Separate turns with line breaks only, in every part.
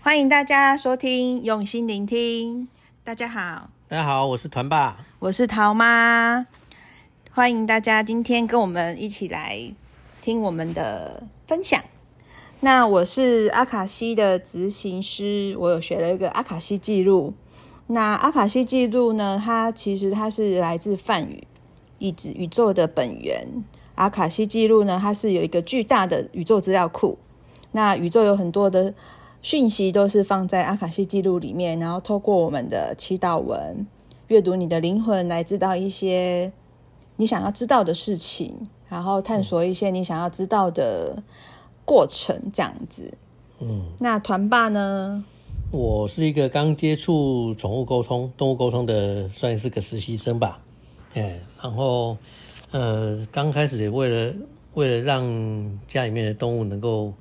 欢迎大家收听，用心聆听。大家好，
大家好，我是团爸。
我是桃妈，欢迎大家今天跟我们一起来听我们的分享。那我是阿卡西的执行师，我有学了一个阿卡西记录。那阿卡西记录呢，它其实它是来自梵语，以指宇宙的本源。阿卡西记录呢，它是有一个巨大的宇宙资料库。那宇宙有很多的讯息都是放在阿卡西记录里面，然后透过我们的祈祷文，阅读你的灵魂，来知道一些你想要知道的事情，然后探索一些你想要知道的过程，这样子。
嗯，
那团爸呢？
我是一个刚接触宠物沟通、动物沟通的，算是个实习生吧。哎，然后呃，刚开始也为了为了让家里面的动物能够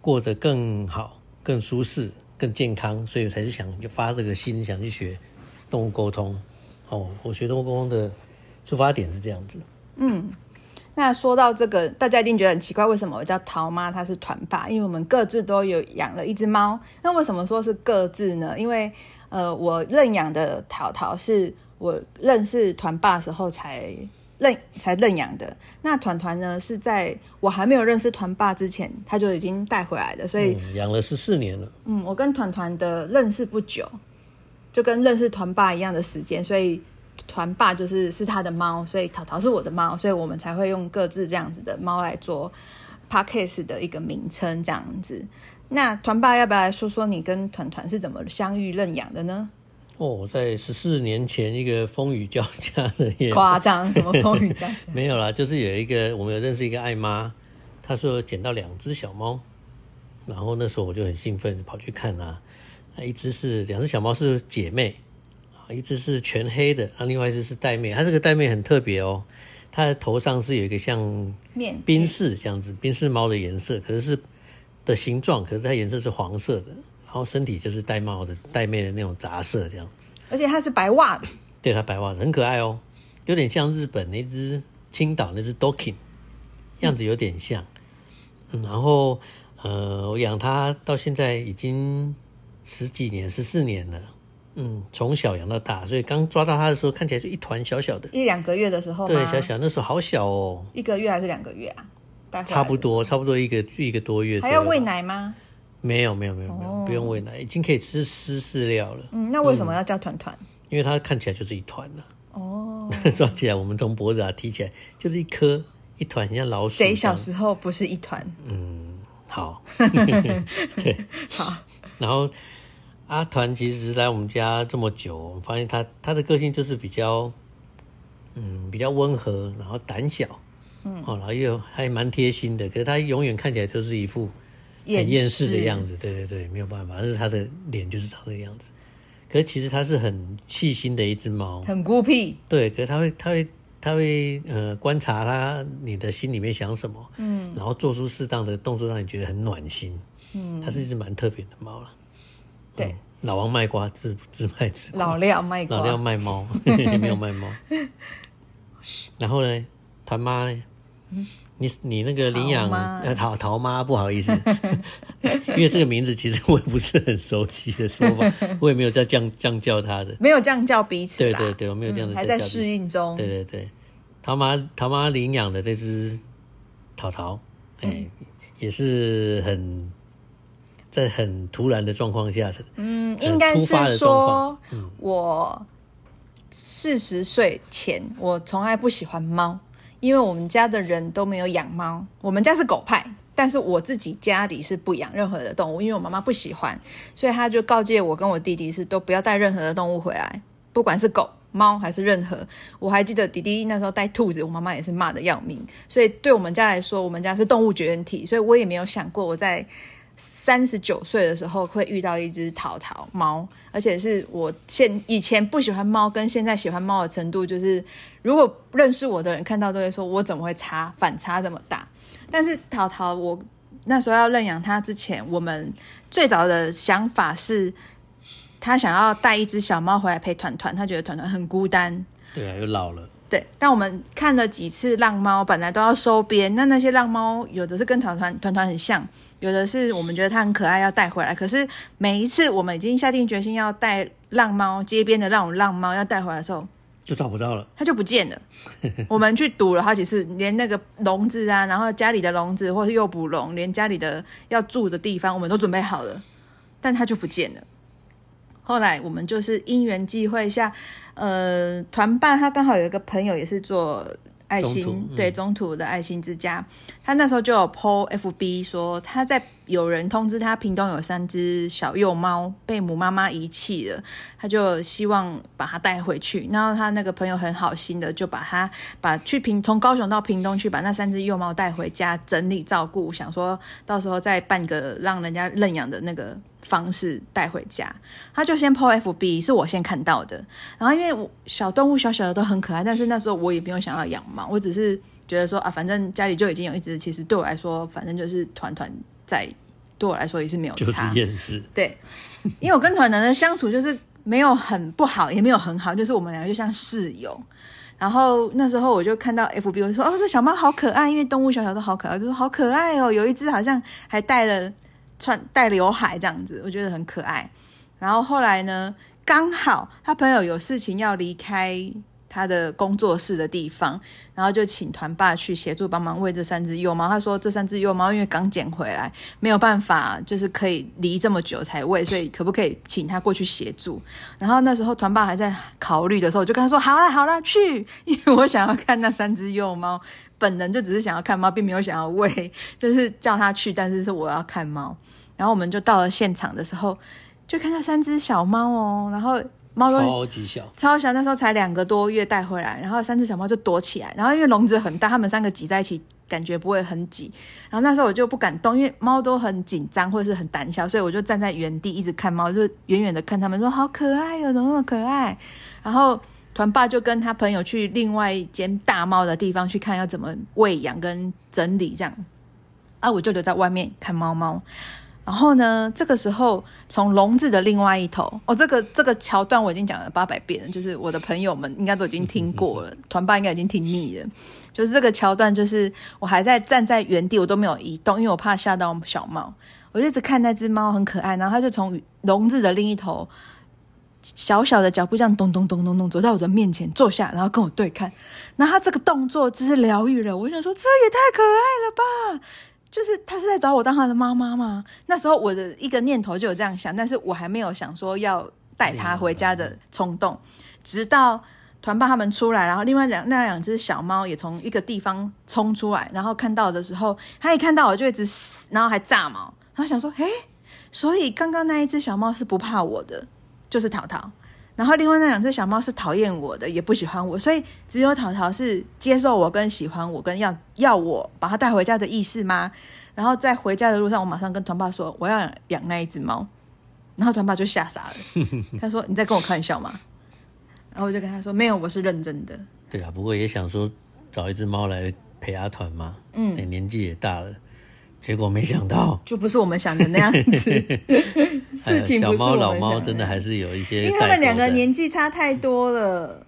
过得更好、更舒适、更健康，所以我才是想发这个心，想去学动物沟通。哦，我学动物沟通的出发点是这样子。
那说到这个，大家一定觉得很奇怪，为什么我叫桃妈，她是团爸？因为我们各自都有养了一只猫。那为什么说是各自呢？因为呃，我认养的桃桃是我认识团爸的时候才认才认养的。那团团呢，是在我还没有认识团爸之前，他就已经带回来的，所以
嗯，养了十四年了。
嗯，我跟团团的认识不久，就跟认识团爸一样的时间，所以团爸就是是他的猫，所以淘淘是我的猫，所以我们才会用各自这样子的猫来做 podcast 的一个名称这样子。那团爸要不要来说说你跟团团是怎么相遇认养的呢？
哦，在十四年前一个风雨交加的夜晚，
夸张，什么风雨交加？
没有啦，就是有一个我们有认识一个爱妈，她说捡到两只小猫，然后那时候我就很兴奋，跑去看啊，那一只是两只小猫是姐妹，啊，一只是全黑的，啊，另外一只是玳瑁，它这个玳瑁很特别哦，它的头上是有一个像
面
宾士这样子，宾士猫的颜色，可是是的形状，可是它颜色是黄色的，然后身体就是玳瑁的玳瑁的那种杂色这样子。
而且它是白袜子，
对，它白袜子很可爱哦，有点像日本那只青岛那只 Dokin，样子有点像。嗯然后呃，我养它到现在已经十几年，十四年了。嗯，从小养到大，所以刚抓到它的时候看起来就一团小小的，
一两个月的时候吗
对，小小，那时候好小哦，
一个月还是两个月啊？带回来的时候
差不。多，差不多一个一个多月。
还要喂？哦奶吗？
没有，没有，没有，没有，不用喂奶，已经可以吃湿饲料了，
嗯，那为什么要叫团团？
因为它看起来就是一团了、
哦，
抓起来，我们从脖子啊提起来，就是一颗一团，很像老鼠。嗯
谁小？时候不是一团？
好，
好，
然后阿团其实来我们家这么久，我们发现他他的个性就是比较，嗯，比较温和，然后胆小，嗯，哦，然后又还蛮贴心的，可是他永远看起来就是一副很厌世的样
子。
子。对对对，没有办法，但是他的脸就是长这个样子。可是其实它是很细心的一只猫，
很孤僻，
对，可是他会，他会，他会，呃，观察他你的心里面想什么，嗯，然后做出适当的动作，让你觉得很暖心，嗯，它是一只蛮特别的猫了。
对
嗯老王卖瓜，自自卖自夸
老廖卖瓜，
嗯老廖卖 猫，没有卖猫。然后呢，团妈呢？你你那个领养
嗯桃妈
呃桃桃妈不好意思， 因为这个名字其实我也不是很熟悉的说法，我也没有在这样这样叫它的。
没有这样叫彼此
对
啦
对对，我没有这样
嗯
的、
还在适应中。
对对对，桃妈桃妈领养的这只桃桃，哎、
嗯
也是很在很突然的状况下的，
嗯，
呃
应该
突发
是
的状况嗯
说，我四十岁前，我从来不喜欢猫，因为我们家的人都没有养猫，我们家是狗派。但是我自己家里是不养任何的动物，因为我妈妈不喜欢，所以她就告诫我跟我弟弟是都不要带任何的动物回来，不管是狗、猫还是任何。我还记得弟弟那时候带兔子，我妈妈也是骂的要命。所以对我们家来说，我们家是动物绝缘体，所以我也没有想过我在三十九岁的时候会遇到一只淘淘猫，而且是我现以前不喜欢猫，跟现在喜欢猫的程度，就是如果认识我的人看到都会说我怎么会差反差这么大。但是淘淘，我那时候要认养它之前，我们最早的想法是，他想要带一只小猫回来陪团团，他觉得团团很孤单，
对啊，又老了，
对，但我们看了几次浪猫，本来都要收编，那那些浪猫有的是跟团团团团很像，有的是我们觉得它很可爱要带回来，可是每一次我们已经下定决心要带浪猫，街边的那种浪猫要带回来的时候，
就找不到了。
它就不见了。我们去赌了好几次，连那个笼子啊，然后家里的笼子或是诱捕笼，连家里的要住的地方，我们都准备好了，但它就不见了。后来我们就是因缘际会下，呃，团办他刚好有一个朋友也是做爱心，
中途嗯
对中途的爱心之家，他那时候就有 PO FB 说他在有人通知他屏东有三只小幼猫被母妈妈遗弃了，他就希望把它带回去。然后他那个朋友很好心的就把他把去屏从高雄到屏东去把那三只幼猫带回家整理照顾，想说到时候再办个让人家认养的那个方式带回家。他就先 PO FB，是我先看到的。然后因为我小动物小小的都很可爱，但是那时候我也没有想要养猫，我只是觉得说啊，反正家里就已经有一只，其实对我来说，反正就是团团在，对我来说也是没有
就是
差。
厌世，
对，因为我跟团团的相处就是没有很不好，也没有很好，就是我们两个就像室友。然后那时候我就看到 FB，我就说哦，这小猫好可爱，因为动物小小都好可爱，就说好可爱哦。有一只好像还带了穿带刘海这样子，我觉得很可爱。然后后来呢，刚好他朋友有事情要离开他的工作室的地方，然后就请团爸去协助帮忙喂这三只幼猫。他说这三只幼猫因为刚捡回来，没有办法，就是可以离这么久才喂，所以可不可以请他过去协助？然后那时候团爸还在考虑的时候，我就跟他说：“好啦，好啦，去， 因为我想要看那三只幼猫，本人就只是想要看猫，并没有想要喂，就是叫他去，但是是我要看猫。”然后我们就到了现场的时候，就看到三只小猫哦，然后猫都
超级小，
超小，那时候才两个多月带回来，然后三只小猫就躲起来，然后因为笼子很大，它们三个挤在一起，感觉不会很挤。然后那时候我就不敢动，因为猫都很紧张或者是很胆小，所以我就站在原地一直看猫，就远远的看它们，说好可爱哦，怎么那么可爱？然后团爸就跟他朋友去另外一间大猫的地方去看要怎么喂养跟整理这样。啊，我就留在外面看猫猫。然后呢，这个时候从笼子的另外一头，哦，这个这个桥段我已经讲了八百遍了，就是我的朋友们应该都已经听过了，团爸应该已经听腻了。就是这个桥段，就是我还在站在原地，我都没有移动，因为我怕吓到小猫。我就一直看那只猫很可爱，然后它就从笼子的另一头，小小的脚步这样咚咚咚咚咚走到我的面前坐下，然后跟我对看。然后它这个动作真是疗愈了，我想说这也太可爱了吧！就是他是在找我当他的妈妈吗？那时候我的一个念头就有这样想，但是我还没有想说要带他回家的冲动，直到团爸他们出来，然后另外两那两只小猫也从一个地方冲出来，然后看到的时候，它一看到我就一直嘶，然后还炸毛，然后想说，诶，所以刚刚那一只小猫是不怕我的，就是淘淘。然后另外那两只小猫是讨厌我的，也不喜欢我，所以只有淘淘是接受我跟喜欢我跟要要我把它带回家的意思吗？然后在回家的路上，我马上跟团爸说我要养养那一只猫，然后团爸就吓傻了，他说你在跟我开玩笑吗？然后我就跟他说没有，我是认真的。
对啊。不过也想说找一只猫来陪阿团嘛，嗯、年纪也大了，结果没想到，
就不是我们想的那样子，
哎
事
呀
情不是我
小猫
们
老
想
猫真的
那样
还是有一些
因
代
为
沟
他
在，
们两个年纪差太多了。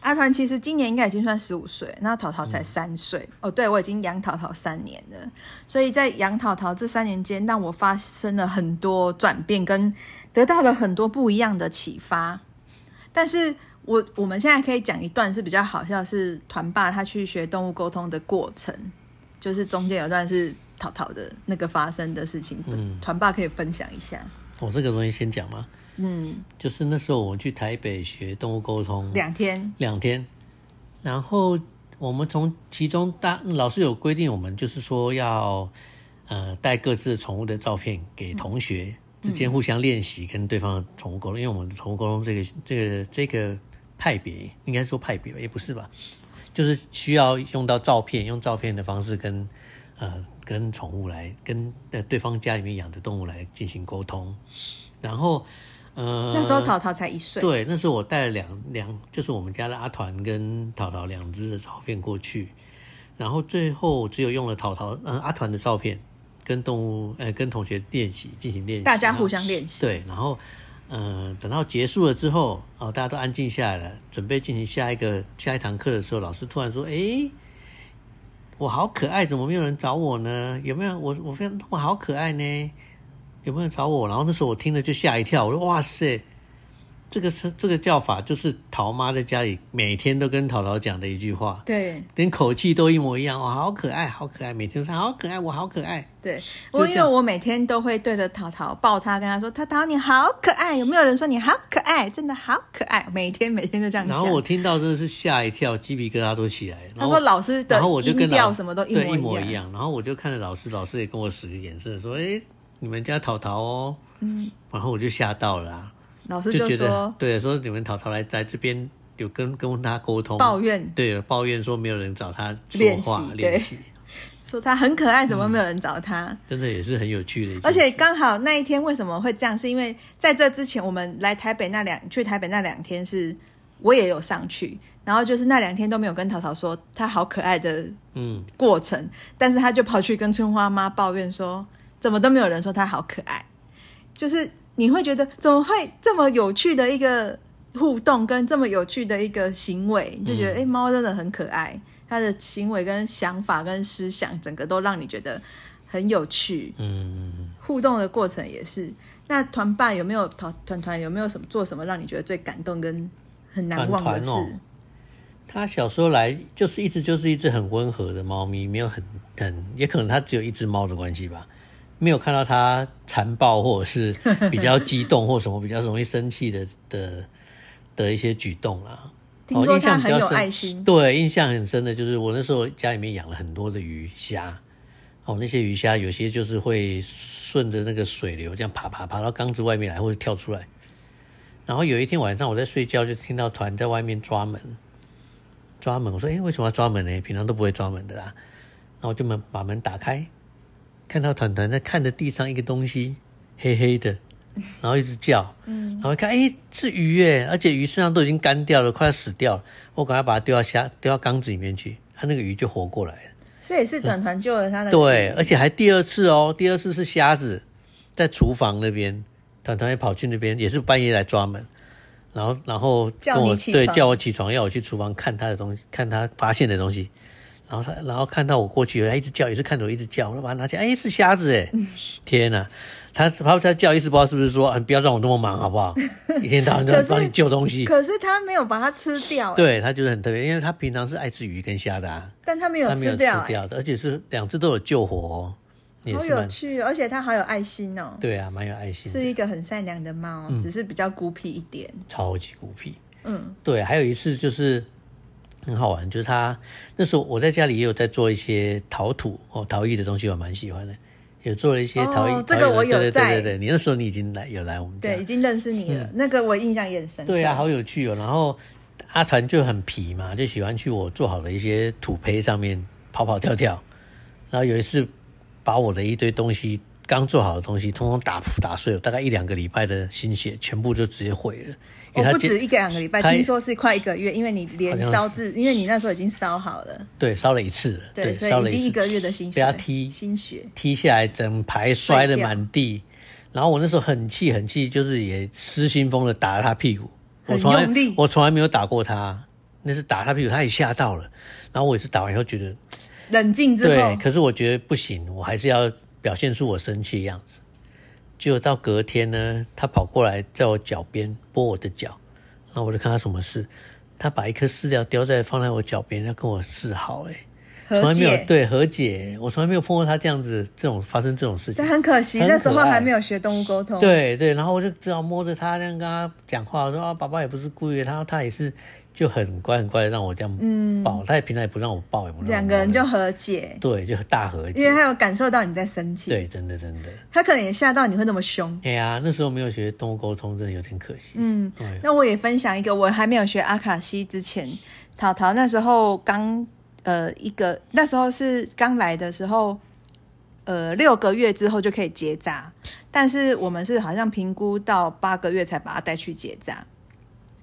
阿团其实今年应该已经算十五岁，那淘淘才三岁、哦。对，我已经养淘淘三年了，所以在养淘淘这三年间，让我发生了很多转变，跟得到了很多不一样的启发。但是我我们现在可以讲一段是比较好笑，是团爸他去学动物沟通的过程，就是中间有段是淘淘的那个发生的事情，团、爸可以分享一下。
我、哦这个东西先讲嘛，
嗯，
就是那时候我们去台北学动物沟通
两天，
两天，然后我们从其中大老师有规定，我们就是说要呃带各自宠物的照片给同学、
嗯
之间互相练习跟对方的宠物沟通，因为我们宠物沟通这个这个这个派别应该说派别吧，也不是吧，就是需要用到照片，用照片的方式跟呃跟宠物来跟呃对方家里面养的动物来进行沟通，然后呃
那时候淘淘才一岁，
对，那时候我带了两两，就是我们家的阿团跟淘淘两只的照片过去，然后最后只有用了淘淘嗯、呃阿团的照片跟动物呃跟同学练习进行练习，
大家互
相
相练习。
啊对，然后呃等到结束了之后哦大家都安静下来了，准备进行下一个下一堂课的时候，老师突然说哎。我好可爱，怎么没有人找我呢？有没有我我非常我好可爱呢？有没有人找我？然后那时候我听了就吓一跳，我说哇塞，这个是这个叫法就是桃妈在家里每天都跟淘淘讲的一句话，
对
连口气都一模一样。我哦好可爱，好可爱，每天都说好可爱，我好可爱。
对，
就
我
这
因
样
为我每天都会对着淘淘抱他，跟他说：“淘淘你好可爱。”有没有人说你好可爱？真的好可爱，每天每天就这样
然
讲。
后我听到真的是吓一跳，鸡皮疙瘩都起来。然
他
后
说老师的
然后我就跟
音
老
调什么都一
对一
模
一
一样。
样。然后我就看着老师，老师也跟我使个眼色，说：“哎，你们家淘淘哦。”嗯，然后我就吓到了啊、
老师
就觉得
说
对，说你们淘淘来来这边有跟跟他沟通，
抱怨
对抱怨说没有人找他说
练习
话
对
练习，
说他很可爱，怎么没有人找他？
真的也嗯是很有趣的一件事。
而且刚好那一天为什么会这样，是因为在这之前我们来台北那两去台北那两天是我也有上去，然后就是那两天都没有跟淘淘说他好可爱的
嗯，
过程，但是他就跑去跟春花妈抱怨说，怎么都没有人说他好可爱，就是你会觉得怎么会这么有趣的一个互动跟这么有趣的一个行为，你就觉得
嗯
诶，猫、真的很可爱，它的行为跟想法跟思想，整个都让你觉得很有趣。
嗯，
互动的过程也是。那团办有没有团团团有没有什么做什么让你觉得最感动跟很难忘的
团
事？
团哦他小时候来就是一直就是一只很温和的猫咪，没有很很，也可能他只有一只猫的关系吧，没有看到他残暴或者是比较激动或什么 比较容易生气的的的一些举动啦。
听
哦
说
印象
他
比较
很有
深
爱心，
对，印象很深的就是我那时候家里面养了很多的鱼虾，哦，那些鱼虾有些就是会顺着那个水流这样爬爬爬到缸子外面来，或者跳出来。然后有一天晚上我在睡觉，就听到团在外面抓门，抓门。我说：“哎，为什么要抓门呢？平常都不会抓门的啦。”然后我就门把门打开，看到团团在看着地上一个东西，黑黑的，然后一直叫，嗯，然后一看，哎，是鱼耶，而且鱼身上都已经干掉了，快要死掉了，我赶快把它丢到虾，丢到缸子里面去，它那个鱼就活过来了。
所以是团团救了他的。
对，，而且还第二次哦，第二次是虾子在厨房那边，团团也跑去那边，也是半夜来抓门，然后然后
叫
跟我
你起
对
床
叫我起床，要我去厨房看他的东西，看他发现的东西。然后他，然后看到我过去，他一直叫，也是看着我一直叫，我就把它拿起来，哎，是虾 子哎！天哪，他他他叫，意思不知道是不是说，啊，你不要让我那么忙好 不好？一天到晚都在
可是
帮你救东西。
可是他没有把它吃掉，，
对他就是很特别，因为他平常是爱吃鱼跟虾的啊，
但他没
他
有
没有
吃
吃
掉，欸哎
掉的，而且是两只都有救活、哦，也
好
是
有
蛮
趣哦，而且他好有爱心哦，
对嗯啊，蛮有爱心的，
是一个很善良的猫，只是比较孤僻一点。
超级孤僻。
嗯，
对，还有一次就是很好玩，就是他那时候我在家里也有在做一些陶土哦，陶艺的东西我蛮喜欢的，也做了一些陶艺。
哦
陶艺
这个
的
我有
对对
在
对对对，你那时候你已经来有来我们家，
对，已经认识你了，那个我印象也很深刻。
啊嗯对啊，好有趣哦。然后阿团就很皮嘛，就喜欢去我做好的一些土坯上面跑跑跳跳。然后有一次把我的一堆东西，刚做好的东西，通通打破打碎了，大概一两个礼拜的心血全部就直接毁了。因
我
为他
哦不
接
止一个两个礼拜，
他
听说是快一个月，因为你连
好像是
烧制，因为你那时候已经烧好了，
对烧了一次了，
对，所
烧
以
了
已经
一
一
次
个月的心血，
被他踢
心血，
踢下来，整排摔得满地。然后我那时候很气很气，就是也失心疯的打了他屁股。我
很
从来
用力
我从来没有打过他，那是打他屁股，他也吓到了。然后我也是打完以后觉得
冷静之
对，
后，
可是我觉得不行，我还是要表现出我生气的样子。结果到隔天呢，他跑过来在我脚边拨我的脚，然后我就看他什么事，他把一颗饲料叼在放在我脚边，要跟我示好、欸，从
和
来没有
解。
对和解，我从来没有碰过他这样子，这种发生这种事情
但。很可惜，
很可爱
那时候还没有学动物沟通。，
对对，然后我就只好摸着他，这样跟他讲话，我说啊，爸爸也不是故意的，他他也是就很乖很乖的让我这样抱，他也平常也不让我抱，也不让我
嗯两个人
摸
就和解，
对就大和
因为
解，
他有感受到你在生气，
对，真的真的。
他可能也吓到你会那么凶。
哎呀，那时候没有学动物沟通，真的有点可惜。
嗯
对，
那我也分享一个，我还没有学阿卡西之前，淘淘那时候刚呃一个，那时候是刚来的时候，呃六个月之后就可以结扎，但是我们是好像评估到八个月才把它带去结扎。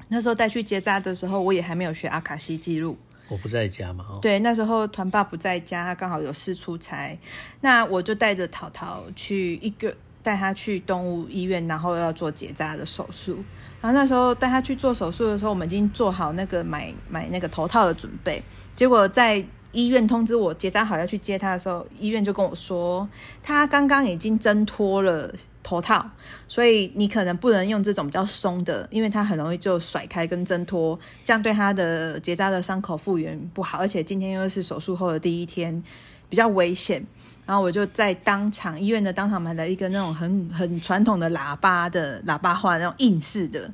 那时候带去结扎的时候，我也还没有学阿卡西记录，
我不在家嘛，哦，
对，那时候团爸不在家，他刚好有事出差，那我就带着淘淘去一个带他去动物医院，然后要做结扎的手术。然后那时候带他去做手术的时候，我们已经做好那个买买那个头套的准备，结果在医院通知我结扎好要去接他的时候，医院就跟我说，他刚刚已经挣脱了头套，所以你可能不能用这种比较松的，因为它很容易就甩开跟挣脱，这样对他的结扎的伤口复原不好，而且今天又是手术后的第一天，比较危险。然后我就在当场医院的当场买了一个那种很很传统的喇叭的喇叭花那种硬式的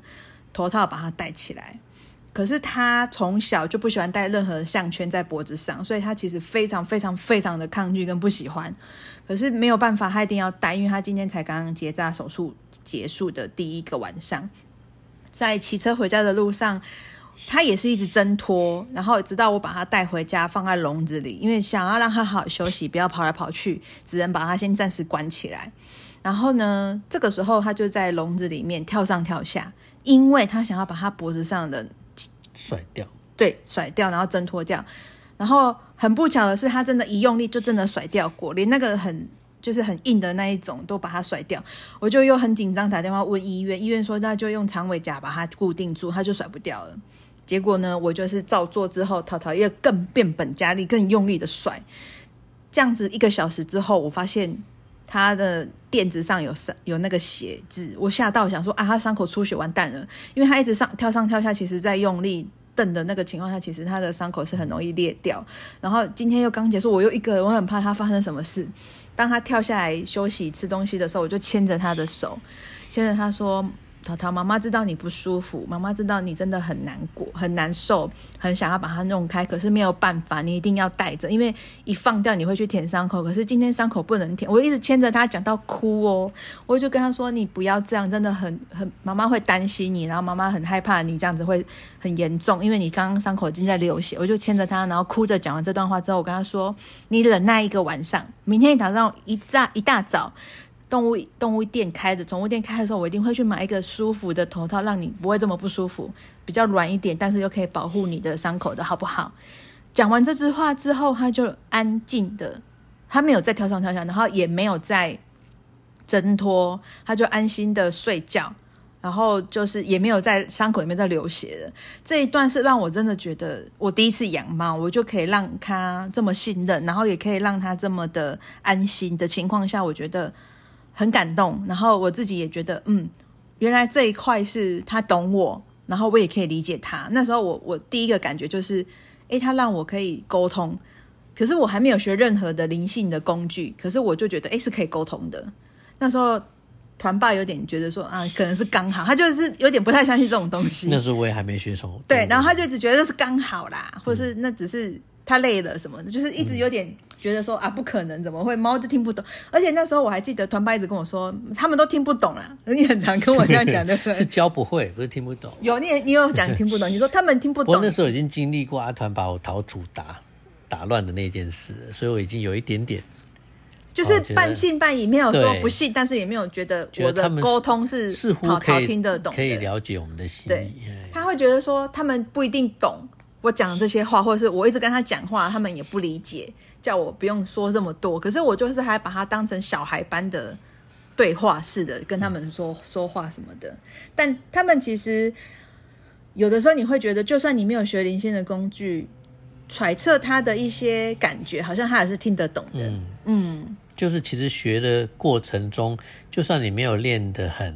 头套，把它戴起来。可是他从小就不喜欢戴任何项圈在脖子上，所以他其实非常非常非常的抗拒跟不喜欢。可是没有办法，他一定要戴，因为他今天才刚刚结扎手术结束的第一个晚上，在骑车回家的路上，他也是一直挣脱，然后直到我把他带回家放在笼子里，因为想要让他好好休息，不要跑来跑去，只能把他先暂时关起来。然后呢，这个时候他就在笼子里面跳上跳下，因为他想要把他脖子上的
甩掉。
对，甩掉，然后挣脱掉。然后很不巧的是，他真的，一用力就真的甩掉过，连那个很就是很硬的那一种都把它甩掉。我就又很紧张，打电话问医院，医院说那就用长尾夹把它固定住，它就甩不掉了。结果呢，我就是照做之后，淘淘又更变本加厉、更用力的甩。这样子一个小时之后，我发现他的垫子上有伤，有那个血渍，我吓到想说啊，他伤口出血完蛋了，因为他一直上跳上跳下，其实在用力蹬的那个情况下，其实他的伤口是很容易裂掉。然后今天又刚结束，我又一个人，我很怕他发生什么事。当他跳下来休息吃东西的时候，我就牵着他的手，牵着他说：“淘淘，妈妈知道你不舒服，妈妈知道你真的很难过、很难受，很想要把它弄开，可是没有办法，你一定要带着，因为一放掉你会去舔伤口，可是今天伤口不能舔。”我一直牵着他讲到哭哦，我就跟他说：“你不要这样，真的很很，妈妈会担心你，然后妈妈很害怕你这样子会很严重，因为你刚刚伤口已经在流血。”我就牵着他，然后哭着讲完这段话之后，我跟他说：“你忍耐一个晚上，明天早上一大一大早，动物动物店开的，宠物店开的时候，我一定会去买一个舒服的头套，让你不会这么不舒服，比较软一点，但是又可以保护你的伤口的，好不好？”讲完这句话之后，他就安静的，他没有再跳上跳下，然后也没有再挣脱，他就安心的睡觉，然后就是也没有在伤口里面在流血了。这一段是让我真的觉得，我第一次养猫，我就可以让它这么信任，然后也可以让它这么的安心的情况下，我觉得很感动。然后我自己也觉得，嗯，原来这一块是它懂我，然后我也可以理解它。那时候我我第一个感觉就是，诶，它让我可以沟通。可是我还没有学任何的灵性的工具，可是我就觉得，诶，是可以沟通的。那时候团爸有点觉得说啊，可能是刚好，他就是有点不太相信这种东西。
那时候我也还没学宠物。
对，然后他就只觉得这是刚好啦，
嗯
或是那只是他累了什么的，就是一直有点觉得说啊，不可能，怎么会猫就听不懂？而且那时候我还记得团爸一直跟我说，他们都听不懂啦。 你很常跟我这样讲，对不 对？
是教不会，不是听不懂。
有你也你有讲听不懂，你说他们听不
我
懂
那，时候已经经历过阿团把我陶土打打乱的那件事了，所以我已经有一点点
就是
我觉得
半信半疑，没有说
对
不信，但是也没有觉得
觉
我
得他
的
们
沟通是
似乎
好
可
好
以
听得懂的，
可以了解我们的心
对
意。哎
他会觉得说他们不一定懂我讲这些话，或者是我一直跟他讲话，他们也不理解，叫我不用说这么多。可是我就是还把他当成小孩般的对话似的跟他们说、说话什么的，但他们其实有的时候你会觉得，就算你没有学灵性的工具。揣测他的一些感觉，好像他也是听得懂的。
嗯就是其实学的过程中，就算你没有练得很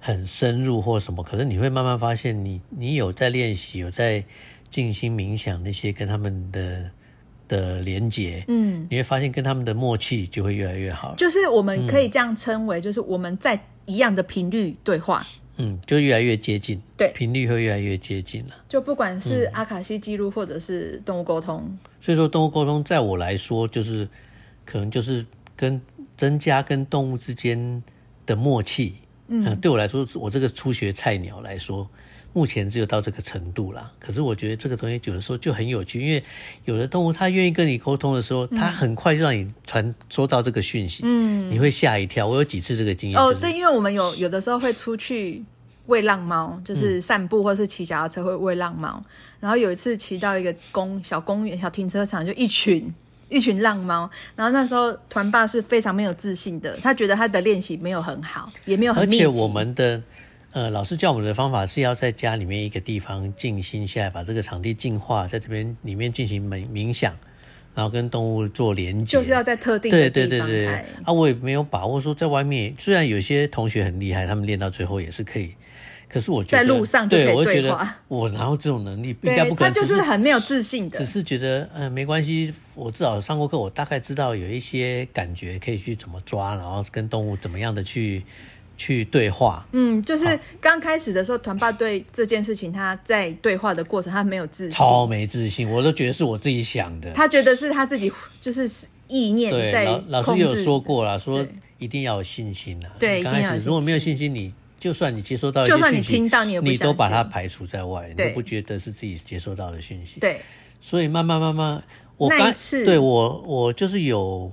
很深入或什么，可能你会慢慢发现你，你有在练习，有在静心冥想那些跟他们的的连接，
嗯，
你会发现跟他们的默契就会越来越好了，
就是我们可以这样称为，就是我们在一样的频率对话。
嗯，就越来越接近，
对
频率会越来越接近了。
就不管
嗯
是阿卡西记录或者是动物沟通，
所以说，动物沟通在我来说，就是可能就是跟增加跟动物之间的默契。嗯、对我来说，我这个初学菜鸟来说，目前只有到这个程度啦。可是我觉得这个东西有的时候就很有趣，因为有的动物它愿意跟你沟通的时候，它很快就让你传收到这个讯息，嗯，你会吓一跳。我有几次这个经验，
哦，
就是
对，因为我们有有的时候会出去喂浪猫，
嗯
就是散步或是骑脚踏车会喂浪猫。然后有一次骑到一个公小公园、小停车场，就一群 一群浪猫。然后那时候团爸是非常没有自信的，他觉得他的练习没有很好，也没有
而
很密集。
且我们的呃，老师教我们的方法是要在家里面一个地方静心下来，把这个场地净化，在这边里面进行冥冥想，然后跟动物做连接。
就是要在特定
对
的
对
地
对
方
对
拍，
啊，我也没有把握说在外面，虽然有些同学很厉害，他们练到最后也是可以，可是我觉得
在路上就可以
对，我
对
觉得
话
我哪有这种能力？应该
对
不可
他
能，
就
只
是很没有自信的
只，是觉得，嗯、没关系，我至少上过课，我大概知道有一些感觉可以去怎么抓，然后跟动物怎么样的去去对话。
嗯，就是刚开始的时候，团爸对这件事情他在对话的过程他没有自信，
超没自信，我都觉得是我自己想的。
他觉得是他自己就是意念
对，
在
老老师
控
也有
制，
说过啦，说
对
一定要有信心啊。
对
你刚
一定
开
要有
始
信
如果没有信心，你就算你接收到一些
就
讯息，
算你听到你也不
你
相
都把它
信
排除在外，你都
对
不觉得是自己接收到的讯息。
对，
所以慢慢慢慢，我
那一
刚
次
对我我就是有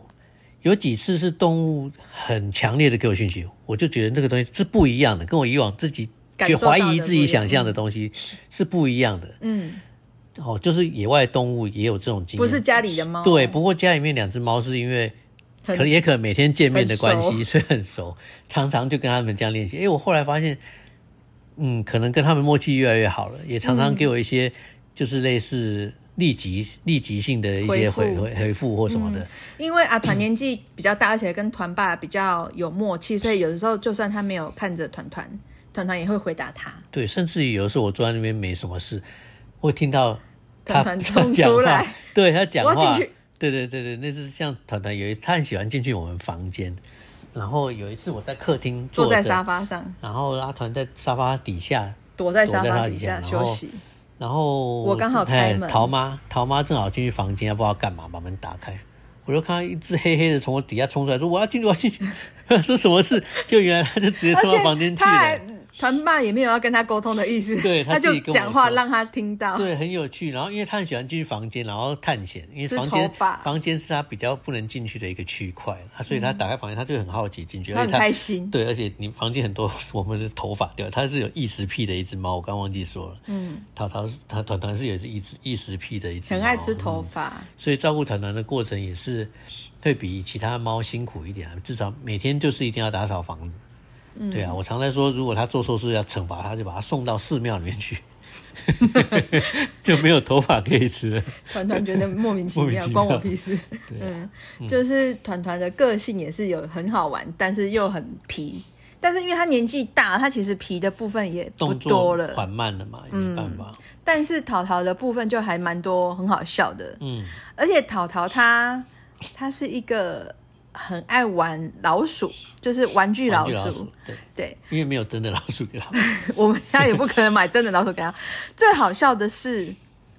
有几次是动物很强烈的给我讯息，我就觉得这个东西是不一样的，跟我以往自己
感
就
受到
怀
的
疑自己
不一样
想象的东西是不一样的。
嗯，
哦，就是野外动物也有这种经验，
不是家里的猫，
对。不过家里面两只猫是因为可
很
能也可能每天见面的关
很
系，
熟
所以很熟，常常就跟他们这样练习。诶，我后来发现，嗯，可能跟他们默契越来越好了，也常常给我一些、
嗯
就是类似立即立即性的一些
回复
回
嗯
回回复或什么的。
因为阿团年纪比较大，而且跟团爸比较有默契，所以有的时候就算他没有看着团团，团团也会回答他。
对，甚至于有的时候我坐在那边没什么事，会听到他
团团
他
冲
讲
出
话
来，
对他讲
我要进
话
去，
对对对对，那是像团团有一他很喜欢进去我们房间，然后有一次我在客厅
坐在
着
沙发上，
然后阿团在沙发底下，
躲在
躲
沙
在他
发
底
底
下
下
哦然
休
后
息。
然后
我刚好
哎
开门
桃妈桃妈正好进去房间，不知道干嘛，把门打开，我就看到一只黑黑的从我底下冲出来，说我要进去，我要 进去，说什么事？就原来他就直接
而
冲到
且
房间去
他还
了。
团爸也没有要跟他沟通的意思，
对他
他
自
就
己跟我
讲话
说
让他听到。
对，很有趣。然后，因为他很喜欢进去房间，然后探险，因为
吃
房间
头发
房间是他比较不能进去的一个区块，他所以他打开房间，他就很好奇进去，
他嗯
而
很
且他
开心
对，而且你房间很多 我们的头发掉，它是有异食癖的一只猫，我刚忘记说了。嗯，淘淘是它团团是也是异食异食癖的一只，
很爱吃头发，
所以照顾团团的过程也是会比其他猫辛苦一点啊，至少每天就是一定要打扫房子。
嗯
对啊，我常在说，如果他做错事要惩罚他，就把他送到寺庙里面 去，就没有头发可以吃了。
团团觉得莫名其
莫名
妙
其，妙啊
关我屁事。嗯，就是团团的个性也是有很好玩，但是又很皮。但是因为他年纪大，他其实皮的部分也不
动
多
作
了。嗯
缓慢了嘛，也没办法。
但是淘淘的部分就还蛮多很好笑的，
嗯，
而且淘淘他他是一个很爱玩老鼠，就是玩具
玩
老
具
鼠。
老鼠，对，
对，
因为没有真的老鼠给 他。
我们家也不可能买真的老鼠给他。最好笑的是，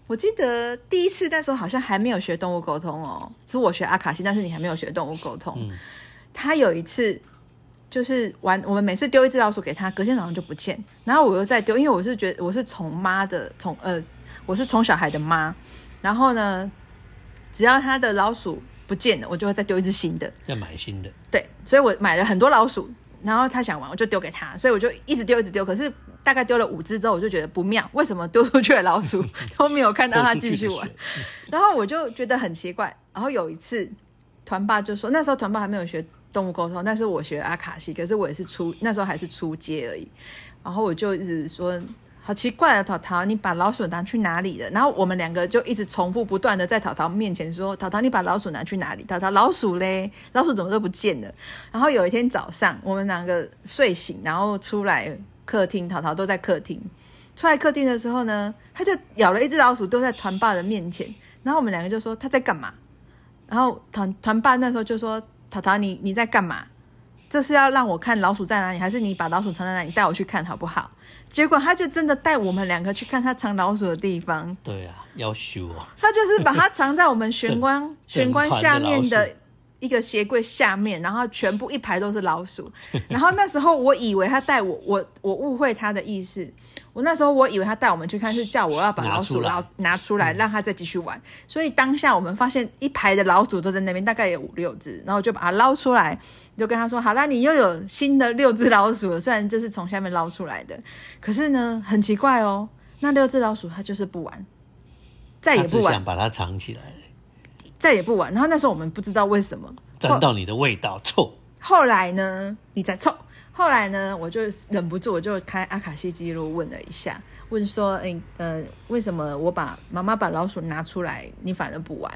我记得第一次那时候好像还没有学动物沟通哦，是我学阿卡西，但是你还没有学动物沟通。
嗯
他有一次就是玩，我们每次丢一只老鼠给他，隔天早上就不见，然后我又再丢，因为我是觉得我是从妈的，从呃我是从小孩的妈，然后呢，只要他的老鼠不见了，我就会再丢一只新的。
要买新的，
对，所以我买了很多老鼠，然后他想玩，我就丢给他，所以我就一直丢，一直丢。可是大概丢了五只之后，我就觉得不妙，为什么丢出去的老鼠 都没有看到他
泼出
继
去
续
的
玩
水？
然后我就觉得很奇怪。然后有一次，团爸就说，那时候团爸还没有学动物沟通，但是我学阿卡西，可是我也是初那时候还是初阶而已。然后我就一直说。好奇怪啊，淘淘，你把老鼠拿去哪里了？然后我们两个就一直重复不断的在淘淘面前说：“淘淘，你把老鼠拿去哪里？淘淘，老鼠嘞，老鼠怎么都不见了？”然后有一天早上，我们两个睡醒，然后出来客厅，淘淘都在客厅。出来客厅的时候呢，他就咬了一只老鼠，丢在团爸的面前。然后我们两个就说他在干嘛？然后团团爸那时候就说：“淘淘，你你在干嘛？这是要让我看老鼠在哪里，还是你把老鼠藏在哪里？带我去看好不好？”结果他就真的带我们两个去看他藏老鼠的地方。
对啊，要修哦。
他就是把它藏在我们玄
整
关玄
整
关
团的
下面
老
的
鼠
一个鞋柜下面，然后全部一排都是老 鼠。然后那时候我以为他带我，我我误会他的意思。我那时候我以为他带我们去看是叫我要把
拿
老
出
鼠
来嗯
捞拿出来，让他再继续玩。所以当下我们发现一排的老鼠都在那边，大概有五六只，然后我就把它捞出来，就跟他说：“好啦，你又有新的六只老鼠了，虽然这是从下面捞出来的，可是呢，很奇怪哦，那六只老鼠它就是不玩，再也
他
不
只
玩
想。把它藏起来，
再也不玩。然后那时候我们不知道为什么，
沾到你的味道臭。
后来呢，你再凑，后来呢，我就忍不住，我就开阿卡西记录问了一下，问说，哎、呃，为什么我把妈妈把老鼠拿出来，你反而不玩？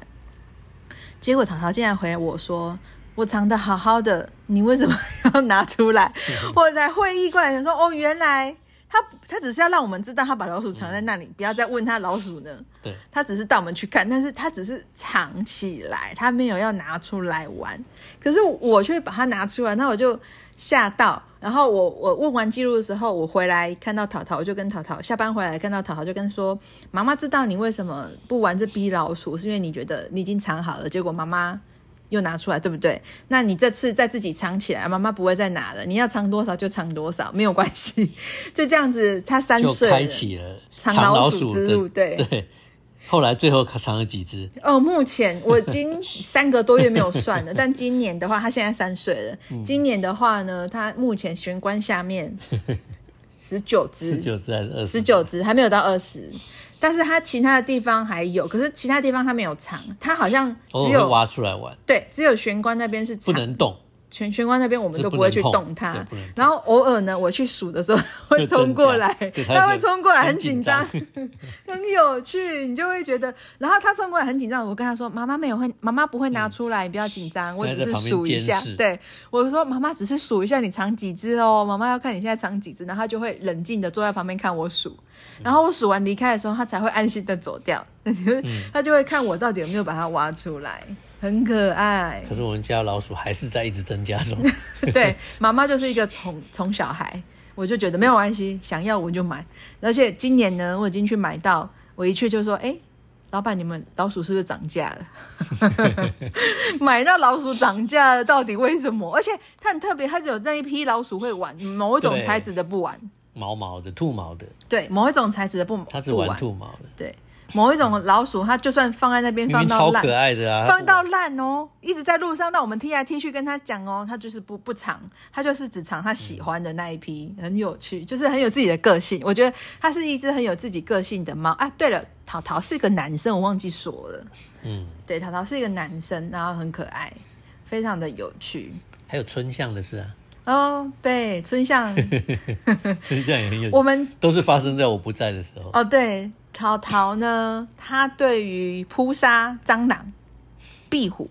结果淘淘竟然回我说：“我藏的好好的，你为什么要拿出来？”我才会意过来，想说：“哦，原来他他只是要让我们知道他把老鼠藏在那里，不要再问他老鼠呢。
对，
他只是带我们去看，但是他只是藏起来，他没有要拿出来玩。可是我却把它拿出来，那我就吓到。然后我我问完记录的时候，我回来看到淘淘，我就跟淘淘下班回来看到淘淘，就跟说：“妈妈知道你为什么不玩这逼老鼠，是因为你觉得你已经藏好了，结果妈妈又拿出来，对不对？那你这次再自己藏起来，妈妈不会再拿了。你要藏多少就藏多少，没有关系。 就这样子，他三
就
岁
开
了。
启了
藏
藏
老鼠
鼠
之
的
路对
对，后来最后藏了几只？
哦，目前我已经三个多月没有算了，但今年的话，他现在三岁了。
嗯
今年的话呢，他目前玄关下面 十九
十
只，
九只还是二
嗯十？九只还没有到二十，但是他其他的地方还有，可是其他地方他没有藏，他好像
偶
只
尔会
有
挖出来玩，
对，只有玄关那边是
哦不
藏，
能动，
全玄关那边我们
是
都
不
会
能
去
碰
动它
对不能碰，
然后偶尔呢，我去数的时 候会
就增
冲过
加
来
对，它
它
就
会冲过来，
很
很
紧
紧张
张，
很有趣，你就会觉得，然后它冲过来很紧张，我跟它说：“妈妈没有会，妈妈不会拿出来，你不要紧张，我
它
只
嗯在
是
旁边
数一
监
下
视。”
对，我说：“妈妈只是数一下你藏几只哦，妈妈要看你现在藏几只。”然后它就会冷静的坐在旁边看我数，
嗯
然后我数完离开的时候，它才会安心的走 掉， 它就会看我到底有没有把它挖出来，很可爱。
可是我们家老鼠还是在一直增加 中。
对，妈妈就是一个宠宠小孩，我就觉得没有关系，想要我就买。而且今年呢，我已经去买到，我一去就说，哎、老板，你们老鼠是不是涨价了？ 买到老鼠涨价了，到底为什么？而且它很特别，它只有那一批老鼠会玩，某一种
对
材质的不玩。
毛毛的、兔毛的，
对，某一种材质的不
它只
不
玩
玩。
兔毛的，
对，某一种老鼠，它就算放在那边
明
放
明
到
超
烂
可，爱的啊！
放到烂哦，一直在路上让我们踢来踢去跟他讲哦，他就是不不藏，他就是只藏他喜欢的那一批，很有趣，就是很有自己的个性。我觉得它是一只很有自己个性的猫啊。对了，淘淘是个男生，我忘记说了。
嗯，
对，淘淘是一个男生，然后很可爱，非常的有趣
还有春象的 事啊，
哦。对，春象，
春象也很有趣，
我们
都是发生在我不在的时候。
哦，对，淘淘呢，他对于扑杀蟑螂、壁虎、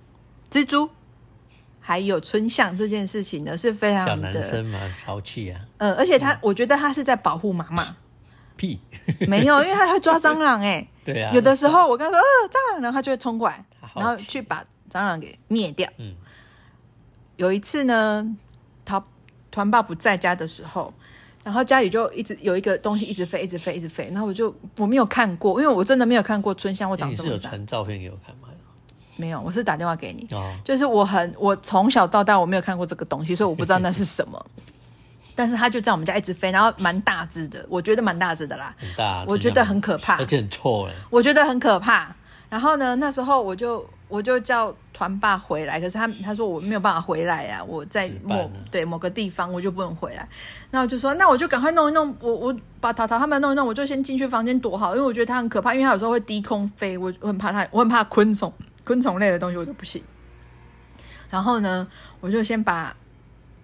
蜘蛛，还有春象这件事情呢，是非
小
常
男
的，
生嘛，淘气啊，
呃，而且他，我觉得他是在保护妈妈，
屁，
没有，因为他会抓蟑螂、哎、
对啊，
有的时候我跟他说，呃，蟑螂，然后他就会冲过来
他，好
然后
奇
去把蟑螂给灭掉。
嗯，
有一次呢，他团爸不在家的时候，然后家里就一直有一个东西一直飞，一直飞，一直飞。然后我就我没有看过，因为我真的没有看过春香，我长
你
这
是
么
有
大
传照片给我看吗？
没有，我是打电话给你。
哦，
就是我很我从小到大我没有看过这个东西，所以我不知道那是什 么。但是它就在我们家一直飞，然后蛮大只的，我觉得蛮大只的啦，
很大啊，
我觉
春
得
象
很可怕
而。且很臭哎，
我觉得很可怕。然后呢，那时候我就我就叫团爸回来，可是他他说我没有办法回来啊，我在
值班
某、
啊
对某个地方我就不能回来。然后我就说那我就赶快弄一弄，我我把淘淘他们弄一弄，我就先进去房间躲好，因为我觉得它很可怕，因为它有时候会低空飞，我我很怕它，我很怕昆虫昆虫类的东西我就不行。然后呢，我就先把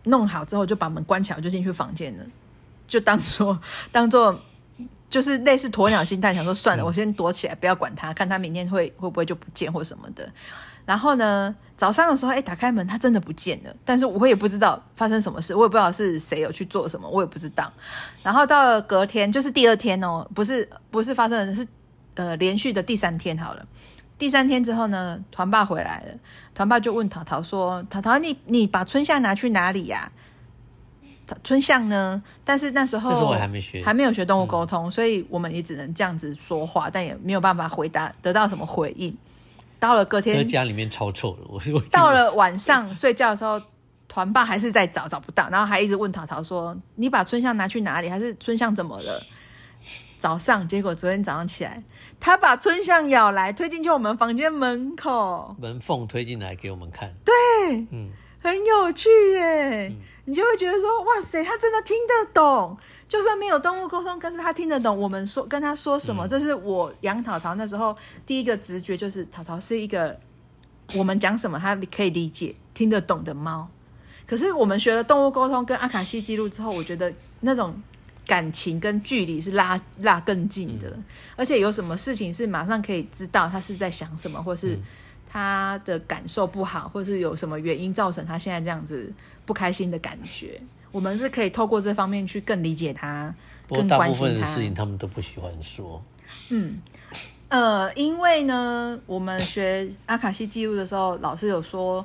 弄好之后就把门关起来，我就进去房间了，就当做当做就是类似鸵鸟心态，想说算了，我先躲起来，不要管它，看它明天会会不会就不见或什么的。然后呢，早上的时候，哎、打开门，它真的不见了，但是我也不知道发生什么事，我也不知道是谁有去做什么，我也不知道。然后到了隔天，就是第二天哦，不是不是发生的是呃连续的第三天好了。第三天之后呢，团爸回来了，团爸就问淘淘说：“淘淘，你你把春夏拿去哪里呀、淘春象呢？但是那时候
那时候我还没学嗯
还没有学动物沟通，所以我们也只能这样子说话，但也没有办法回答得到什么回应。到了隔
但是
天，
家里面超臭的，我我
到了晚上睡觉的时候，团爸还是在找，找不到，然后还一直问淘淘说：“你把春象拿去哪里？还是春象怎么了？”早上，结果昨天早上起来，他把春象咬来，推进去我们房间门口，
门缝推进来给我们看，
对，
嗯，
很有趣耶。你就会觉得说，哇塞，他真的听得懂。就算没有动物沟通，但是他听得懂我们说跟他说什么。这是我养淘淘那时候第一个直觉，就是淘淘是一个我们讲什么他可以理解、听得懂的猫。可是我们学了动物沟通跟阿卡西记录之后，我觉得那种感情跟距离是拉拉更近的，
嗯
而且有什么事情是马上可以知道他是在想什么，或是他的感受不好，或是有什么原因造成他现在这样子不开心的感觉。我们是可以透过这方面去更理解他，
不过
更
大
关
部分
心
的
他
事。情他们都不喜欢说。
嗯呃，因为呢，我们学阿卡西记录的时候，老师有说，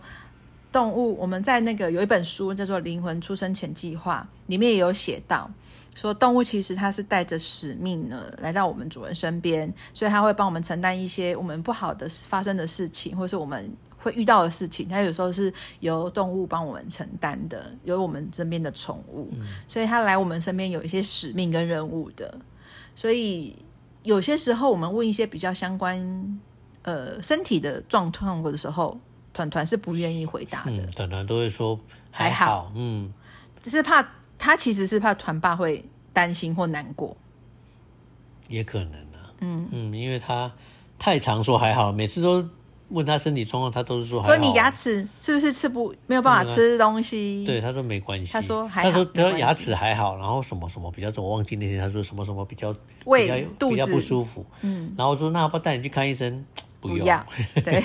动物我们在那个有一本书叫做《灵魂出生前计划》，里面也有写到，说动物其实它是带着使命呢来到我们主人身边，所以它会帮我们承担一些我们不好的事发生的事情，或是我们会遇到的事情，它有时候是由动物帮我们承担的，由我们身边的宠物，所以它来我们身边有一些使命跟任务的，所以有些时候我们问一些比较相关呃身体的状况的时候，团团是不愿意回答的，
嗯，短短都会说
还
好，
好
嗯，
只是怕他其实是怕团爸会担心或难过。
也可能啊，嗯嗯，因为他太常说还好，每次都问他身体状况，他都是说还好
所
啊，
以你牙齿是不是吃不没有办法吃东西？
嗯对，他说没关系。
他说还
他
好
说他
没
说
关
牙
系
齿还好，然后什么什么比较重，我忘记那天他说什么什么比较
胃
比较
肚
比较不
子
舒服。嗯，然后我说那要不要带你去看医生？不
不
用。
要对，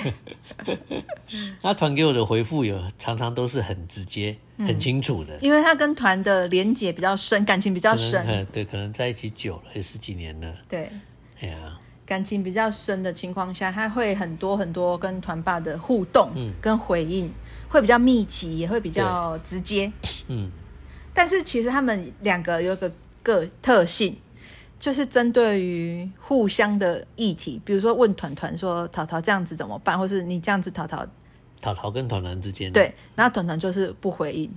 那团给我的回复有常常都是很直接、
嗯
很清楚的。
因为他跟团的连结比较深，感情比较
可能
深，
呃对，可能在一起久了，也十几年了。
对。
哎呀，
感情比较深的情况下，他会很多很多跟团爸的互动
嗯
跟回应，会比较密集，也会比较直接。
嗯，
但是其实他们两个有一个个特性，就是针对于互相的议题，比如说问团团说：“淘淘这样子怎么办？”或是你这样子淘淘
淘淘跟团团之间，，
对，然后团团就是不回应，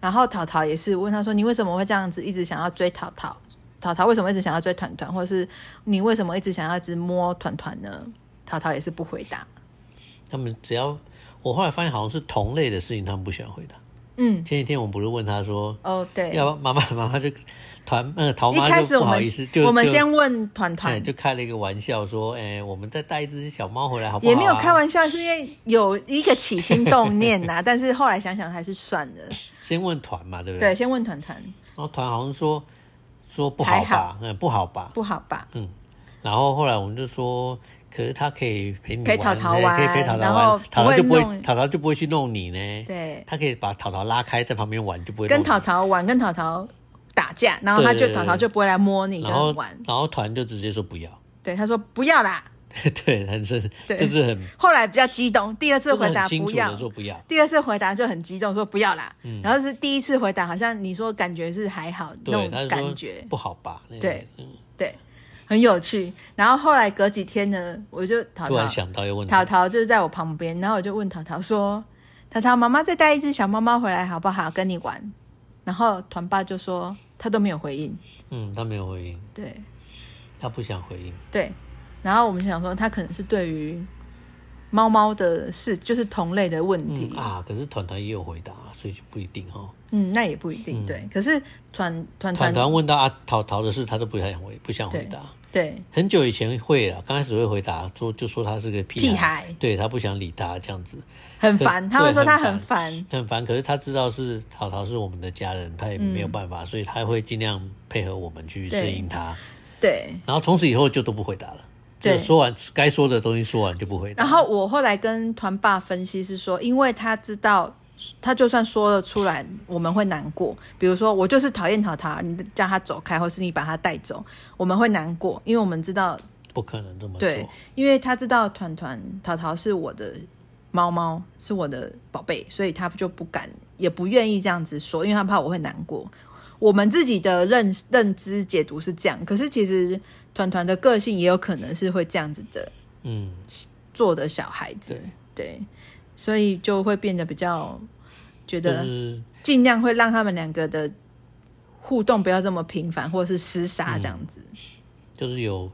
然后淘淘也是问他说：“你为什么会这样子一直想要追淘淘？淘淘为什么一直想要追团团？或是你为什么一直想要一直摸团团呢？”淘淘也是不回答。
他们只要我后来发现好像是同类的事情，他们不喜欢回答。
嗯，
前几天我们不是问他说，
哦，对，
要不妈妈妈妈就团呃桃
一
妈
开
就
始
不
我
好
们
意思，就
我们
就
先问团团
哎，，就开了一个玩笑说，哎、我们再带一只小猫回来好不好、啊？
也没有开玩笑，是因为有一个起心动念 呐、但是后来想想还是算了。
先问团嘛，对不
对，
对？
先问团团
然后团好像说说不好
还
吧，嗯，不好吧，
不好吧？
嗯。然后后来我们就说，可是他可以陪你
陪
玩，
淘淘
哎可以
玩
陪淘
然
淘
后
玩，淘
不
淘
会
就不会，
弄
淘淘就不会去弄你呢。
对，
他可以把淘淘拉开，在旁边玩，就不会弄
跟
你
淘。淘玩，跟淘淘打架，然后他
对
就
对对
淘淘就不会来摸你
然后
跟玩。
然后团就直接说不要，
对，他说不要啦。
对，很是，
对
就是很
后来比较激动，第二次
就是
回
很
答
清
不
楚
要
的，说嗯不要。
第二次回答就很激动说不要啦。然后是第一次回答，好像你说感觉是还好那
对，
种
他就说
感觉，
不好吧？那
对
嗯
对，很有趣。然后后来隔几天呢，我就淘
突
淘
然想到一个问题，
淘淘就是在我旁边，然后我就问淘淘说：“淘淘，妈妈再带一只小猫猫回来好不好？跟你玩。”然后团爸就说他都没有回应，
嗯，他没有回应，
对
他不想回应。
对。然后我们就想说他可能是对于猫猫的事，就是同类的问题
嗯，啊，可是团团也有回答，所以就不一定哈、哦。
嗯，那也不一定、对。可是团团
团团问到阿淘淘的事，他都不想回，不想回答。
对
很久以前会啊，刚开始会回答，说就说他是个屁
屁孩
对他不想理他这样子，
很
可
烦，
对
他会说他很
很
烦，
很烦。可是他知道是淘淘是我们的家人，他也没有办法，所以他会尽量配合我们
嗯
去
对
适应他。
对。
然后从此以后就都不回答了，
对
就说完该说的东西说完就不回答。
然后我后来跟团爸分析是说，因为他知道，他就算说了出来，我们会难过。比如说，我就是讨厌淘淘，你叫他走开，或是你把他带走，我们会难过，因为我们知道，
不可能这么做。
对，因为他知道团团淘淘是我的猫猫，是我的宝贝，所以他就不敢，也不愿意这样子说，因为他怕我会难过。我们自己的认认知解读是这样，可是其实团团的个性也有可能是会这样子的
嗯，
做的小孩子，对，所以就会变得比较觉
就
得
是
尽量会让他们两个的互动不要这么频繁，或者是厮杀
嗯
这样子。
就是有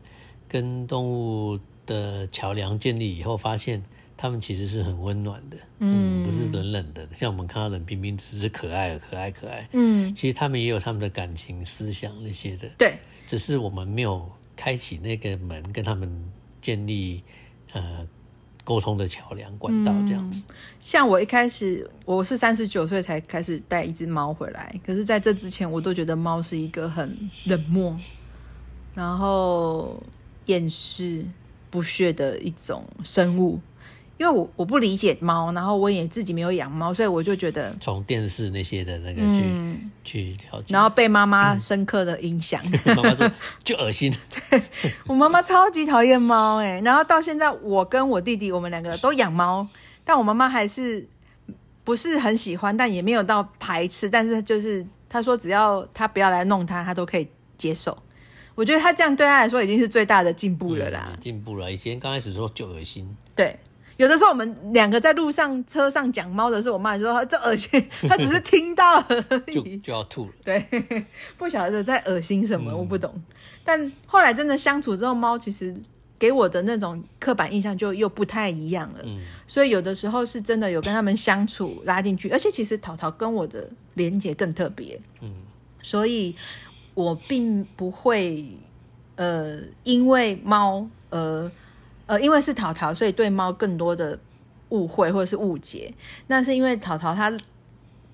跟动物的桥梁建立以后，发现它们其实是很温暖的，嗯，不是冷冷的。像我们看到冷冰冰，只是可爱，可爱，可爱。
嗯，
其实它们也有它们的感情、思想那些的，
对
只是我们没有开启那个门，跟它们建立呃沟通的桥梁管道这样子。
嗯像我一开始我是三十九岁才开始带一只猫回来，可是在这之前我都觉得猫是一个很冷漠，然后厌世不屑的一种生物。因为我我不理解猫，然后我也自己没有养猫，所以我就觉得，
从电视那些的那个去、
嗯，
去了解。
然后被妈妈深刻的影响。
妈妈说就恶心，
我妈妈超级讨厌猫哎，然后到现在我跟我弟弟我们两个都养猫，但我妈妈还是不是很喜欢，但也没有到排斥，但是就是她说只要她不要来弄它，她都可以接受。我觉得她这样对她来说已经是最大的进步了啦。
嗯进步了。以前刚开始说就恶心，
对，有的时候我们两个在路上车上讲猫的时候，我妈还说这恶心，她只是听到而
就
已。
就要吐了。
对， 不晓得在恶心什么，我
嗯
不懂。但后来真的相处之后，猫其实给我的那种刻板印象就又不太一样了。
嗯
所以有的时候是真的有跟他们相处拉进去，而且其实淘淘跟我的连接更特别，
嗯，
所以我并不会呃因为猫呃呃因为是淘淘，所以对猫更多的误会或者是误解。那是因为淘淘他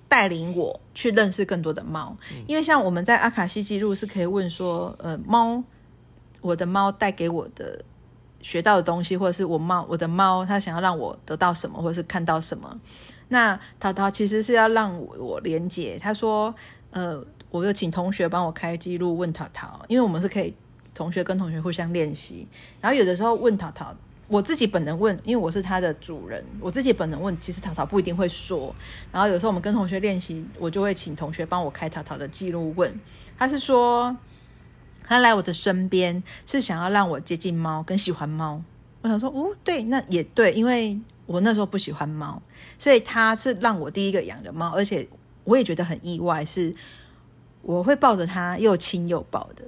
带领我去认识更多的猫，因为像我们在阿卡西记录是可以问说，呃，猫，我的猫带给我的学到的东西，或者是我猫我的猫它想要让我得到什么，或者是看到什么。那淘淘其实是要让我我连接，他说，呃，我就请同学帮我开记录问淘淘，因为我们是可以同学跟同学互相练习，然后有的时候问淘淘。我自己本人问，因为我是他的主人，我自己本人问，其实淘淘不一定会说。然后有时候我们跟同学练习，我就会请同学帮我开淘淘的记录问。他是说，他来我的身边是想要让我接近猫，跟喜欢猫。我想说，哦，对，那也对，因为我那时候不喜欢猫，所以他是让我第一个养的猫，而且我也觉得很意外，是我会抱着它又亲又抱的。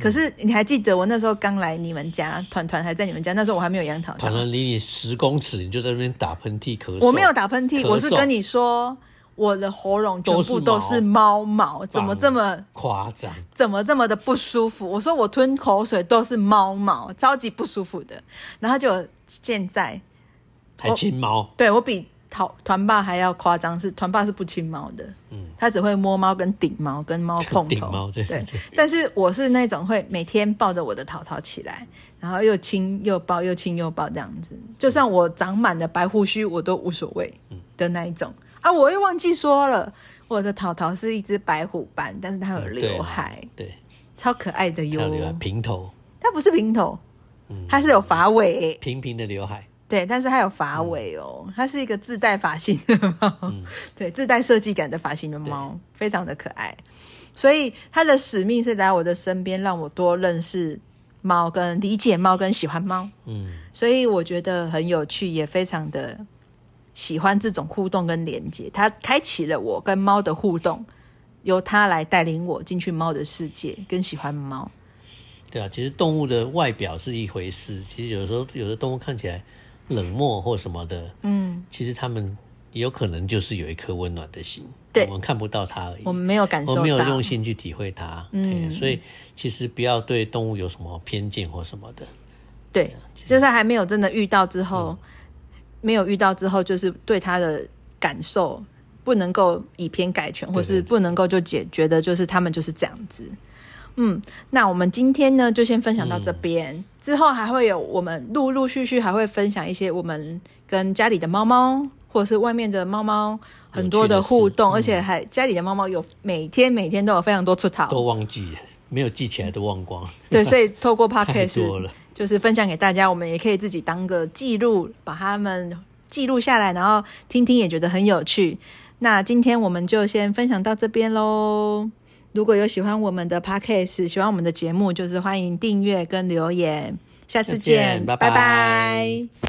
可是你还记得我那时候刚来你们家，团团还在你们家，那时候我还没有养淘
团
淘，
团离你十公尺，你就在那边打喷嚏咳嗽。
我没有打喷
咳
嚏，
嗽
我是跟你说我的喉咙全部都是猫毛，怎么这么
夸张，
怎么这么的不舒服？我说我吞口水都是猫毛，超级不舒服的。然后就现在
还亲猫，
对我比淘团爸还要夸张，是团爸是不亲猫的，
嗯
他只会摸猫跟顶猫，跟猫碰头，
顶猫对
对
对。
但是我是那种会每天抱着我的淘淘起来，然后又亲又抱，又亲又抱这样子，就算我长满了白胡须，我都无所谓
嗯
的那一种。啊，我又忘记说了，我的淘淘是一只白虎斑，但是它有
嗯
刘海，，
对啊
超可爱的
对，
哟
还。有刘海平头，
它不是平头，它是有发尾欸、
平平的刘海，
对，但是它有发尾哦，它是一个自带发型的猫， 对，自带设计感的发型的猫，非常的可爱。所以它的使命是来我的身边，让我多认识猫，跟理解猫，跟喜欢猫。
嗯，
所以我觉得很有趣，也非常的喜欢这种互动跟连接。它开启了我跟猫的互动，由它来带领我进去猫的世界，跟喜欢猫。
对啊，其实动物的外表是一回事，其实有时候有的动物看起来冷漠或什么的，
嗯，
其实它们也有可能就是有一颗温暖的心，
对
我们看不到它而已，
我们没有感受
我
到，
没有用心去体会它，嗯，所以其实不要对动物有什么偏见或什么的，
对，就是还没有真的遇到之后，
嗯
没有遇到之后，就是对他的感受不能够以偏概全，或是不能够就解觉得就是他们就是这样子。嗯，那我们今天呢就先分享到这边，
嗯
之后还会有我们陆陆续续还会分享一些我们跟家里的猫猫或者是外面的猫猫很多的互
嗯
动，而且还家里的猫猫有每天每天都有非常多出逃，
都忘记了，没有记起来都忘光了，
对，所以透过
太多
podcast
了，
就是分享给大家，我们也可以自己当个记录，把它们记录下来，然后听听也觉得很有趣。那今天我们就先分享到这边喽。如果有喜欢我们的 podcast，喜欢我们的节目，就是欢迎订阅跟留言。下次
再见
见，
拜
拜
拜
拜